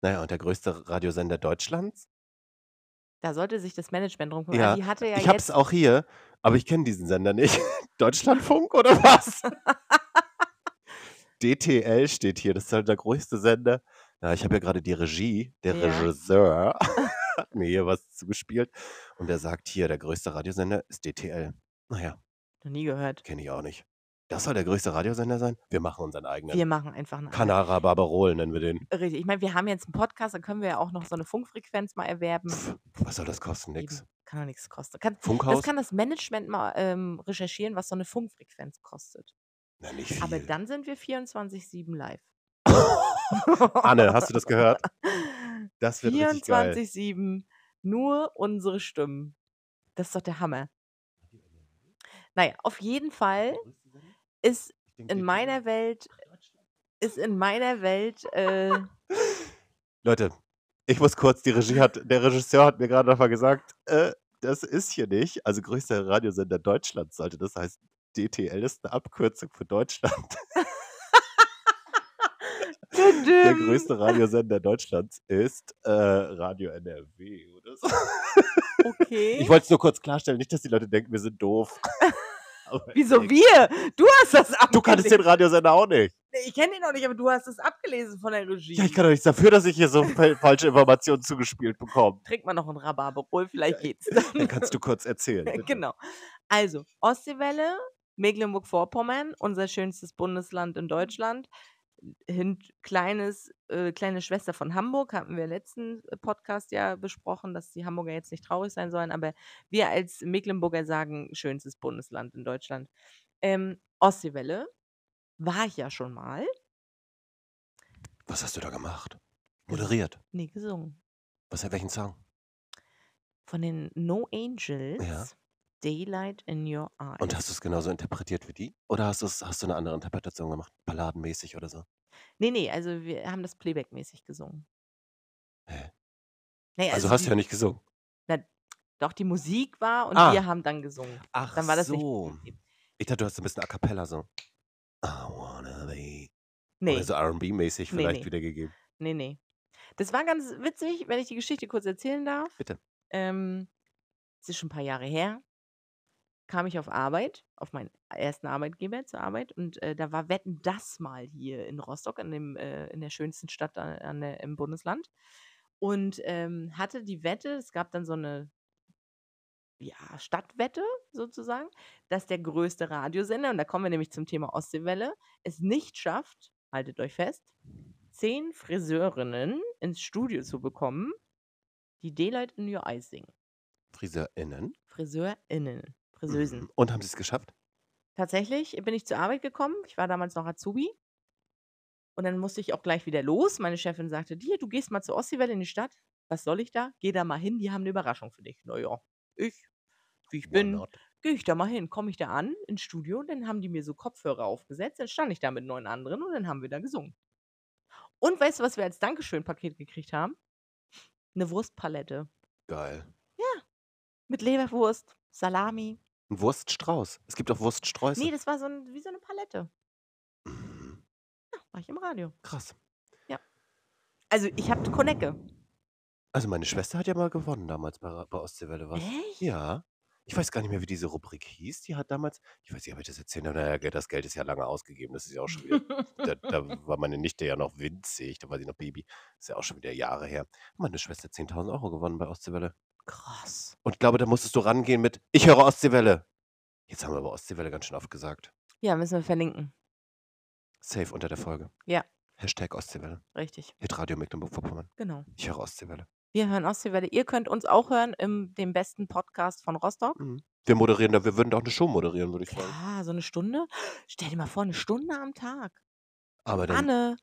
S3: Naja, und der größte Radiosender Deutschlands?
S2: Da sollte sich das Management drum kümmern.
S3: Ja,
S2: Die hatte ja
S3: ich hab's
S2: jetzt.
S3: auch hier, aber ich kenne diesen Sender nicht. Deutschlandfunk oder was? DTL steht hier, das ist halt der größte Sender. Ja, ich habe ja gerade die Regie, der
S2: Ja.
S3: Regisseur hat mir hier was zugespielt und der sagt hier, der größte Radiosender ist DTL. Naja,
S2: Noch nie gehört.
S3: kenne ich auch nicht. Das soll der größte Radiosender sein? Wir machen unseren eigenen.
S2: Wir machen einfach einen anderen.
S3: Kanara Barbarol nennen wir den.
S2: Richtig. Ich meine, wir haben jetzt einen Podcast, da können wir ja auch noch so eine Funkfrequenz mal erwerben.
S3: Pff, was soll das kosten? Nix.
S2: Eben. Kann doch nichts kosten. Kann, das
S3: Funkhaus?
S2: kann das Management mal ähm, recherchieren, was so eine Funkfrequenz kostet.
S3: Na, nicht viel.
S2: Aber dann sind wir 24-7 live.
S3: Anne, hast du das gehört? Das wird richtig geil.
S2: 24-7 nur unsere Stimmen. Das ist doch der Hammer. Naja, auf jeden Fall ist in meiner Welt, ist in meiner Welt, äh,
S3: Leute, ich muss kurz, die Regie hat, der Regisseur hat mir gerade nochmal gesagt, äh, das ist hier nicht. Also größter Radiosender Deutschlands sollte das heißen. DTL ist eine Abkürzung für Deutschland. Der
S2: Düdüm.
S3: größte Radiosender Deutschlands ist äh, Radio NRW oder so.
S2: Okay.
S3: Ich wollte es nur kurz klarstellen, nicht, dass die Leute denken, wir sind doof. Aber
S2: Wieso
S3: ey,
S2: wir? Du hast das abgelesen.
S3: Du kannst den Radiosender auch nicht.
S2: Nee, Ich kenne ihn noch nicht, aber du hast es abgelesen von der Regie.
S3: Ja, ich kann doch nichts dafür, dass ich hier so fa- falsche Informationen zugespielt bekomme.
S2: Trink mal noch einen Rhabarberbrot, vielleicht geht's.
S3: Dann kannst du kurz erzählen. bitte.
S2: genau. Also, Ostseewelle, Mecklenburg-Vorpommern, unser schönstes Bundesland in Deutschland. Hin, kleines, äh, kleine Schwester von Hamburg, hatten wir im letzten äh, Podcast ja besprochen, dass die Hamburger jetzt nicht traurig sein sollen, aber wir als Mecklenburger sagen, schönstes Bundesland in Deutschland. Ähm, Ostseewelle war ich ja schon mal.
S3: Was hast du da gemacht? Moderiert.
S2: Nee, gesungen.
S3: Was, welchen Song?
S2: von den No Angels Daylight in Your Eyes.
S3: Und hast du es genauso interpretiert wie die? Oder hast, du's- hast du eine andere Interpretation gemacht? Balladenmäßig oder so?
S2: nee, nee, also wir haben das Playback-mäßig gesungen.
S3: Hä?
S2: Naja,
S3: Also hast
S2: die,
S3: du ja nicht gesungen.
S2: Doch, die Musik war und
S3: Ah.
S2: wir haben dann gesungen.
S3: Ach
S2: Dann war das
S3: so.
S2: nicht.
S3: Ich dachte, du hast ein bisschen A Cappella so. I wanna be.
S2: Nee,
S3: Oder so R&B-mäßig
S2: Nee,
S3: vielleicht
S2: nee.
S3: wiedergegeben.
S2: nee, nee. Ne, Das war ganz witzig, wenn ich die Geschichte kurz erzählen darf.
S3: Bitte.
S2: Ähm, es ist schon ein paar Jahre her. Kam ich auf Arbeit, auf meinen ersten Arbeitgeber zur Arbeit und äh, da war Wetten das mal hier in Rostock, in, dem, äh, in der schönsten Stadt an, an der, im Bundesland. Und ähm, hatte die Wette, es gab dann so eine ja, Stadtwette sozusagen, dass der größte Radiosender, und da kommen wir nämlich zum Thema Ostseewelle, es nicht schafft, haltet euch fest, zehn Friseurinnen ins Studio zu bekommen, die Daylight in Your Eyes singen.
S3: FriseurInnen.
S2: FriseurInnen, Friseusen.
S3: Mhm. Und haben sie es geschafft?
S2: Tatsächlich bin ich zur Arbeit gekommen. Ich war damals noch Azubi. Und dann musste ich auch gleich wieder los. Meine Chefin sagte, dir, du gehst mal zur Ossiwelle in die Stadt. Was soll ich da? Geh da mal hin, die haben eine Überraschung für dich. Naja, ich, wie ich
S3: Why
S2: bin,
S3: not?
S2: gehe ich da mal hin. Komme ich da an, ins Studio, und dann haben die mir so Kopfhörer aufgesetzt. Dann stand ich da mit neun anderen und dann haben wir da gesungen. Und weißt du, was wir als Dankeschön-Paket gekriegt haben? Eine Wurstpalette
S3: Geil.
S2: mit Leberwurst, Salami.
S3: Ein Wurststrauß. Es gibt auch Wurststräuße.
S2: Nee, das war so ein, wie so eine Palette.
S3: Mhm.
S2: Ja, war ich im Radio.
S3: Krass.
S2: Also ich habe Konecke.
S3: Also meine Schwester hat ja mal gewonnen damals bei, Ra- bei Ostseewelle was.
S2: Echt?
S3: Ja. Ich weiß gar nicht mehr, wie diese Rubrik hieß. Die hat damals, ich weiß nicht, ob ich das erzählen darf. Naja, Geld- das Geld ist ja lange ausgegeben. Das ist ja auch schon wieder. Da, da war meine Nichte ja noch winzig. Da war sie noch Baby. Das ist ja auch schon wieder Jahre her. Meine Schwester hat 10.000 Euro gewonnen bei Ostseewelle.
S2: Krass.
S3: Und ich glaube, da musstest du rangehen mit: Ich höre Ostseewelle. Jetzt haben wir aber Ostseewelle ganz schön oft gesagt.
S2: Ja, müssen wir verlinken.
S3: Safe unter der Folge.
S2: Ja.
S3: Hashtag Ostseewelle.
S2: Richtig,
S3: Hitradio Mecklenburg-Vorpommern.
S2: genau.
S3: Ich höre Ostseewelle.
S2: Wir hören Ostseewelle. Ihr könnt uns auch hören im dem besten Podcast von Rostock.
S3: Wir moderieren da, wir würden da auch eine Show moderieren, würde ich sagen.
S2: Klar, so eine Stunde. Stell dir mal vor, eine Stunde am Tag.
S3: Aber dann
S2: Anne.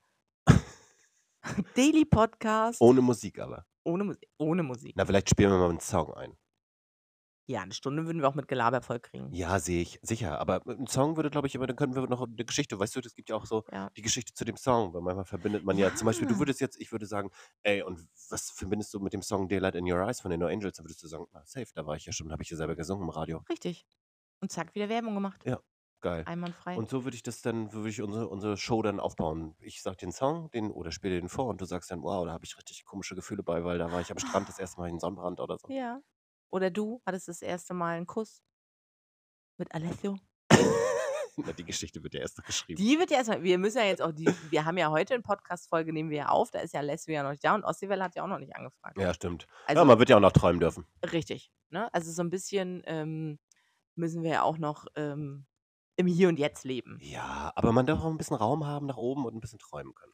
S2: Daily Podcast.
S3: ohne Musik aber.
S2: ohne, Mus ohne Musik.
S3: Na, vielleicht spielen wir mal einen Song ein.
S2: Ja, eine Stunde würden wir auch mit Gelaber voll kriegen.
S3: Ja, sehe ich, sicher. Aber mit einem Song würde, glaube ich, aber dann können wir noch eine Geschichte, weißt du, es gibt ja auch so
S2: Ja.
S3: die Geschichte zu dem Song, weil manchmal verbindet man ja, zum Beispiel, du
S2: Ja.
S3: würdest jetzt, ich würde sagen, ey, und was verbindest du mit dem Song Daylight in Your Eyes von den No Angels? Dann würdest du sagen, na, safe, da war ich ja schon, habe ich ja selber gesungen im Radio.
S2: Richtig. Und zack, wieder Werbung gemacht.
S3: Ja. Geil.
S2: Einwandfrei.
S3: Und so würde ich das dann, würde ich unsere, unsere Show dann aufbauen. Ich sag den Song den, oder spiele den vor und du sagst dann, wow, da habe ich richtig komische Gefühle bei, weil da war ich am Strand das erste Mal in Sonnenbrand oder so.
S2: ja. Oder du hattest das erste Mal einen Kuss mit Alessio.
S3: Na, die Geschichte wird ja erst noch geschrieben.
S2: Die wird ja erstmal, wir müssen ja jetzt auch die, wir haben ja heute eine Podcast-Folge, nehmen wir ja auf, da ist ja Leslie ja noch nicht da und Ossiwelle hat ja auch noch nicht angefragt.
S3: ja, stimmt.
S2: Also
S3: ja, man wird ja auch noch träumen dürfen.
S2: richtig. Ne? Also so ein bisschen ähm, müssen wir ja auch noch ähm, im Hier und Jetzt leben.
S3: Ja, aber man darf auch ein bisschen Raum haben nach oben und ein bisschen träumen können.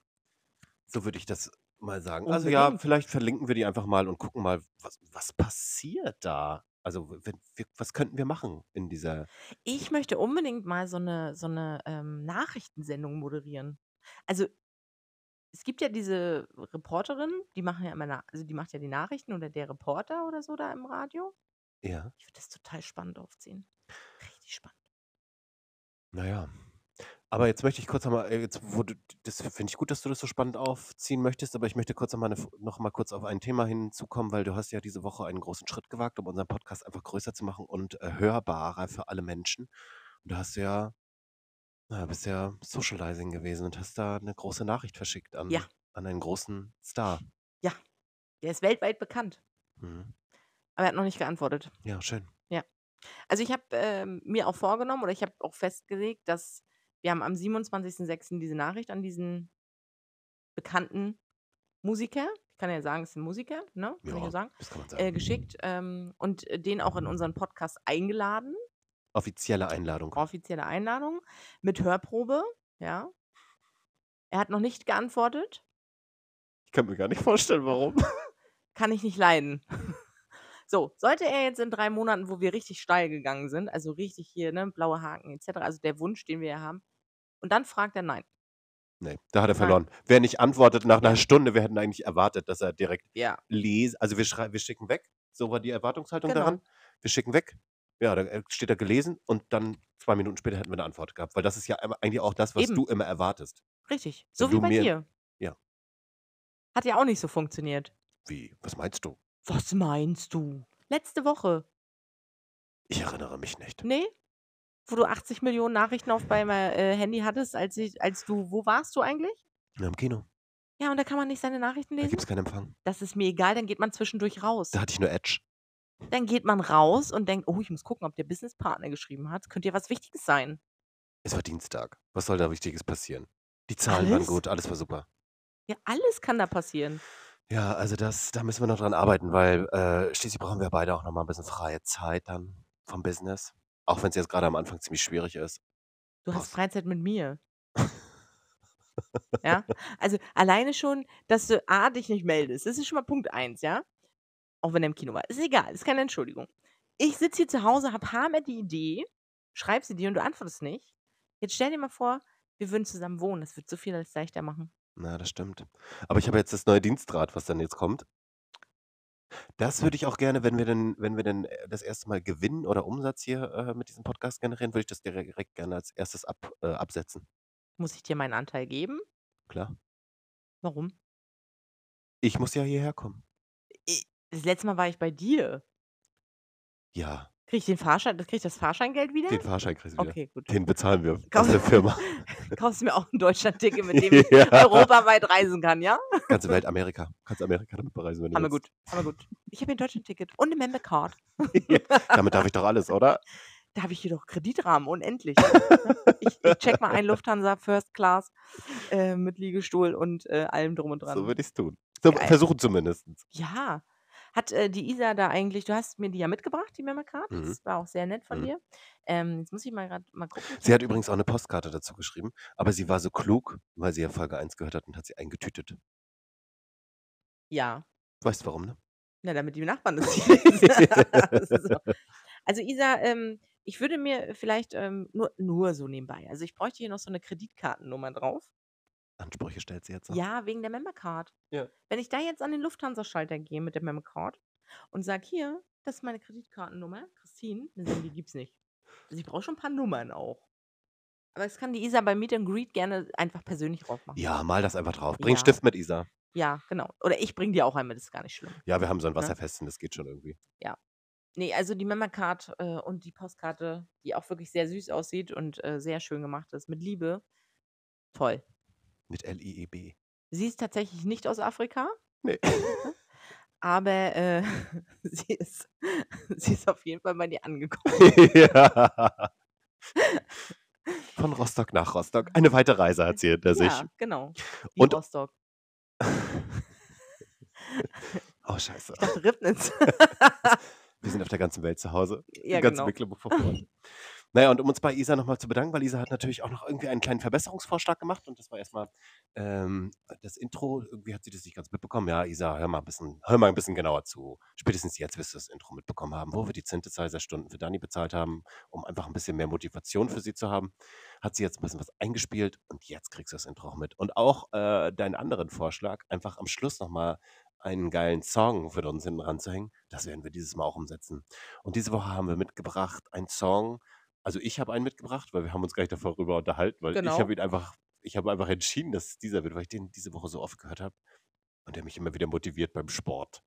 S3: So würde ich das mal sagen. Also ja,
S2: Unbedingt.
S3: vielleicht verlinken wir die einfach mal und gucken mal, was, was passiert da. Also w- wenn, wir, was könnten wir machen in dieser...
S2: Ich möchte unbedingt mal so eine, so eine ähm, Nachrichtensendung moderieren. Also es gibt ja diese Reporterin, die machen ja immer, na also die macht ja die Nachrichten oder der Reporter oder so da im Radio.
S3: Ja,
S2: Ich würde das total spannend aufziehen. Richtig spannend.
S3: naja. Aber jetzt möchte ich kurz nochmal, jetzt, wo du, das finde ich gut, dass du das so spannend aufziehen möchtest, aber ich möchte kurz nochmal eine, noch mal kurz auf ein Thema hinzukommen, weil du hast ja diese Woche einen großen Schritt gewagt, um unseren Podcast einfach größer zu machen und äh, hörbarer für alle Menschen. Und da hast du ja Na, bist ja Socializing gewesen und hast da 'ne große Nachricht verschickt
S2: Ja.
S3: an an einen großen Star.
S2: Ja, der ist weltweit bekannt.
S3: Mhm.
S2: Aber er hat noch nicht geantwortet.
S3: Ja, schön.
S2: Ja. Also, ich habe, ähm, mir auch vorgenommen oder ich habe auch festgelegt, dass wir haben am 27.06. diese Nachricht an diesen bekannten Musiker ich kann ja sagen, ist 'n Musiker, ne, kann ich ja
S3: Ja,
S2: sagen,
S3: das kann man
S2: äh,
S3: sagen.
S2: geschickt, ähm, und den auch in unseren Podcast eingeladen.
S3: Offizielle Einladung.
S2: Offizielle Einladung mit Hörprobe, ja. Er hat noch nicht geantwortet.
S3: Ich kann mir gar nicht vorstellen, warum.
S2: Kann ich nicht leiden. So, sollte er jetzt in 3 Monaten, wo wir richtig steil gegangen sind, also richtig hier, ne, blaue Haken et cetera, also der Wunsch, den wir ja haben, und dann fragt er nein.
S3: Ne, da hat er
S2: Nein.
S3: verloren. Wer nicht antwortet nach 'ner
S2: Ja.
S3: Stunde, wir hätten eigentlich erwartet, dass er direkt
S2: Ja.
S3: les also wir schrei wir schicken weg. So war die Erwartungshaltung
S2: Genau.
S3: daran. Wir schicken weg. Ja, da, äh, steht da gelesen und dann 2 Minuten später hätten wir 'ne Antwort gehabt, weil das ist ja einma eigentlich auch das, was
S2: Eben.
S3: du immer erwartest.
S2: Richtig,
S3: Wenn
S2: so wie
S3: du
S2: bei
S3: mir
S2: dir.
S3: ja.
S2: Hat ja auch nicht so funktioniert.
S3: Wie? Was meinst du?
S2: Was meinst du? Letzte Woche.
S3: Ich erinnere mich nicht.
S2: Ne? Wo du 80.000.000 Nachrichten auf deinem, äh, Handy hattest, als ich als du wo warst du eigentlich?
S3: Ja, im Kino.
S2: Ja, und da kann man nicht seine Nachrichten
S3: Da
S2: lesen?
S3: gibt's keinen Empfang.
S2: Das ist mir egal, dann geht man zwischendurch raus.
S3: Da hatte ich nur Edge.
S2: Dann geht man raus und denkt: „Oh, ich muss gucken, ob der Businesspartner geschrieben hat. Könnte ja was Wichtiges sein.“
S3: Es war Dienstag. Was soll da Wichtiges passieren? Die Zahlen waren
S2: Alles?
S3: gut, alles war super.
S2: Ja, alles kann da passieren.
S3: Ja, also das da müssen wir noch dran arbeiten, weil, äh, schließlich brauchen wir beide auch noch mal 'n bisschen freie Zeit dann vom Business, auch wenn's jetzt grade am Anfang ziemlich schwierig ist.
S2: Du hast
S3: Was?
S2: Freizeit mit mir. Ja? Also, alleine schon, dass du A, dich nicht meldest. Das ist schon mal Punkt 1, ja? Auch wenn er im Kino war. Ist egal, ist keine Entschuldigung. Ich sitze hier zu Hause, habe hammer die Idee, schreibe sie dir und du antwortest nicht. Jetzt stell dir mal vor, wir würden zusammen wohnen. Das würde so vieles leichter machen.
S3: Na, das stimmt. Aber ich habe jetzt das neue Dienstrad, was dann jetzt kommt. Das würde ich auch gerne, wenn wir denn wenn wir denn, äh, das erste Mal Gewinn oder Umsatz hier, äh, mit diesem Podcast generieren, würde ich das dire direkt gerne als Erstes ab äh, absetzen.
S2: Muss ich dir meinen Anteil geben?
S3: Klar.
S2: Warum?
S3: Ich muss ja hierher kommen.
S2: I das letzte Mal war ich bei dir.
S3: Ja.
S2: Kriege ich den Fahrschein kriege ich das Fahrscheingeld wieder?
S3: Den Fahrschein kriegst du wieder.
S2: Okay, gut.
S3: Den bezahlen wir
S2: Kauf
S3: aus der Firma.
S2: kaufst du mir auch 'n Deutschlandticket, mit dem ich
S3: Ja.
S2: europaweit reisen kann, ja?
S3: Ganze Welt Amerika. Kannst Amerika damit bereisen, wenn du willst.
S2: Hammergut, hammergut. Ich habe hier 'n Deutschlandticket und 'ne Membercard.
S3: Damit darf ich doch alles, oder?
S2: Da habe ich hier doch Kreditrahmen, unendlich. Ne? Ich ich checke mal ein Lufthansa First Class, äh, mit Liegestuhl und, äh, allem drum und
S3: So
S2: dran.
S3: würde ich's tun. So,
S2: Geil.
S3: versuchen zumindestens.
S2: Ja. Hat, äh, die Isa da eigentlich du hast mir die ja mitgebracht, die Membercard.
S3: Mhm.
S2: Das war auch sehr nett von
S3: Mhm.
S2: dir. Ähm, jetzt muss ich mal grad mal gucken. Ich
S3: Sie hat
S2: habe
S3: übrigens auch 'ne Postkarte dazu geschrieben, aber sie war so klug, weil sie ja Folge 1 gehört hat und hat sie eingetütet.
S2: Ja.
S3: Weißt warum, ne?
S2: Na, damit die Nachbarn das nicht lesen. So. Also, Isa, ähm, ich würde mir vielleicht, ähm, nur nur so nebenbei also, ich bräuchte hier noch so 'ne Kreditkartennummer drauf.
S3: Ansprüche stellt sie jetzt so.
S2: Ja, wegen der Membercard.
S3: Ja.
S2: Wenn ich da jetzt an den Lufthansa-Schalter gehe mit der Membercard und sage: „Hier, das ist meine Kreditkartennummer, Christine“, dann sagen die: „Gibt's nicht.“ Also, ich brauche schon 'n paar Nummern auch. Aber das kann die Isa bei Meet and Greet gerne einfach persönlich drauf machen.
S3: Ja, mal das einfach drauf. Bring
S2: Ja.
S3: Stift mit, Isa.
S2: Ja, genau. Oder ich bringe dir auch einen mit, ist gar nicht schlimm,
S3: Ja, wir haben so 'n
S2: ne?
S3: wasserfesten, das geht schon irgendwie.
S2: Ne, also die Membercard, äh, und die Postkarte, die auch wirklich sehr süß aussieht und, äh, sehr schön gemacht ist mit Liebe. Toll.
S3: Mit E L-I-E-B.
S2: Sie ist tatsächlich nicht aus Afrika
S3: Ne.
S2: aber, äh, sie ist sie ist auf jeden Fall bei dir angekommen.
S3: Ja. Von Rostock nach Rostock. Eine weite Reise hat sie hinter sich.
S2: Ja, genau. Wie
S3: Und
S2: Rostock.
S3: Oh, scheiße.
S2: Ich dachte Ribnitz.
S3: Wir sind auf der ganzen Welt zu Hause.
S2: Ja,
S3: Ganz
S2: genau.
S3: Mecklenburg-Vorpommern. Na ja, und um uns bei Isa noch mal zu bedanken, weil Isa hat natürlich auch noch irgendwie einen kleinen Verbesserungsvorschlag gemacht und das war erst mal, ähm, das Intro. Irgendwie hat sie das nicht ganz mitbekommen. Ja, Isa, hör mal 'n bisschen hör mal 'n bisschen genauer zu. Spätestens jetzt wirst du das Intro mitbekommen haben, wo wir die Synthesizer-Stunden für Dani bezahlt haben, um einfach 'n bisschen mehr Motivation für sie zu haben. Hat sie jetzt 'n bisschen was eingespielt und jetzt kriegst du das Intro auch mit. Und auch, äh, deinen anderen Vorschlag, einfach am Schluss noch mal einen geilen Song für uns hinten ranzuhängen, das werden wir dieses Mal auch umsetzen. Und diese Woche haben wir mitgebracht einen Song also ich habe einen mitgebracht, weil wir haben uns gar nicht darüber unterhalten, weil ich
S2: Genau.
S3: habe ihn einfach ich habe einfach entschieden, dass es dieser wird, weil ich den diese Woche so oft gehört habe und der mich immer wieder motiviert beim Sport.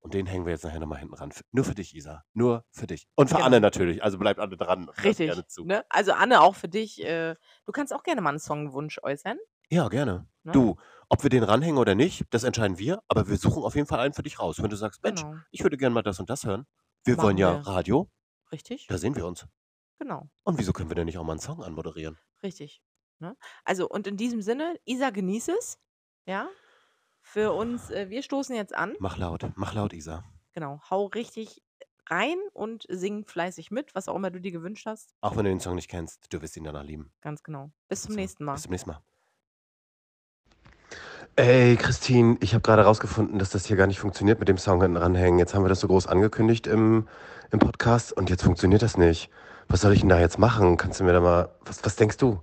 S3: Und den hängen wir jetzt nachher nochmal hinten ran. F- Nur für dich, Isa. Nur für dich. Und für
S2: Genau.
S3: Anne natürlich. Also bleibt Anne dran. und hört
S2: Richtig.
S3: Gerne zu.
S2: Ne? Also Anne, auch für dich. Äh, du kannst auch gerne mal einen Songwunsch äußern.
S3: Ja, gerne.
S2: Ne?
S3: Du, ob wir den ranhängen oder nicht, das entscheiden wir. Aber wir suchen auf jeden Fall einen für dich raus. Wenn du sagst, Mensch,
S2: Genau.
S3: ich würde gerne mal das und das hören. Wir
S2: Machen
S3: wollen ja
S2: wir.
S3: Radio.
S2: Richtig?
S3: Da sehen wir uns.
S2: Genau.
S3: Und wieso können wir denn nicht auch mal einen Song anmoderieren?
S2: Richtig. Ne? Also, und in diesem Sinne, Isa, genieß es. Ja? Für uns, äh, wir stoßen jetzt an.
S3: Mach laut. Mach laut, Isa.
S2: Genau. Hau richtig rein und sing fleißig mit, was auch immer du dir gewünscht hast.
S3: Auch wenn du den Song nicht kennst, du wirst ihn danach lieben.
S2: Ganz genau. Bis zum
S3: So,
S2: nächsten Mal.
S3: Bis zum nächsten Mal. Ey, Christine, ich habe gerade rausgefunden, dass das hier gar nicht funktioniert mit dem Song hinten ranhängen. Jetzt haben wir das so groß angekündigt im, im Podcast und jetzt funktioniert das nicht. Was soll ich denn da jetzt machen? Kannst du mir da mal. Was, was denkst du?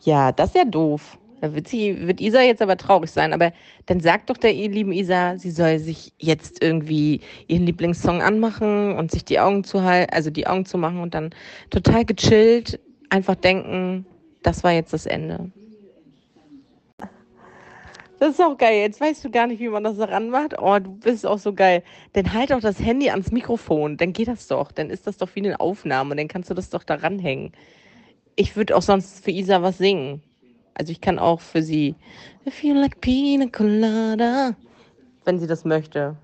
S1: Ja, das ist ja doof. Da wird, sie, wird Isa jetzt aber traurig sein. Aber dann sagt doch der ihr lieben Isa, sie soll sich jetzt irgendwie ihren Lieblingssong anmachen und sich die Augen zu halten, also die Augen zu machen und dann total gechillt einfach denken, das war jetzt das Ende. Das ist auch geil. Jetzt weißt du gar nicht, wie man das ranmacht. Oh, du bist auch so geil. Dann halt doch das Handy ans Mikrofon. Dann geht das doch. Dann ist das doch wie eine Aufnahme. Dann kannst du das doch da ranhängen ich würde auch sonst für Isa was singen. Also ich kann auch für sie I feel like pina colada, wenn sie das möchte.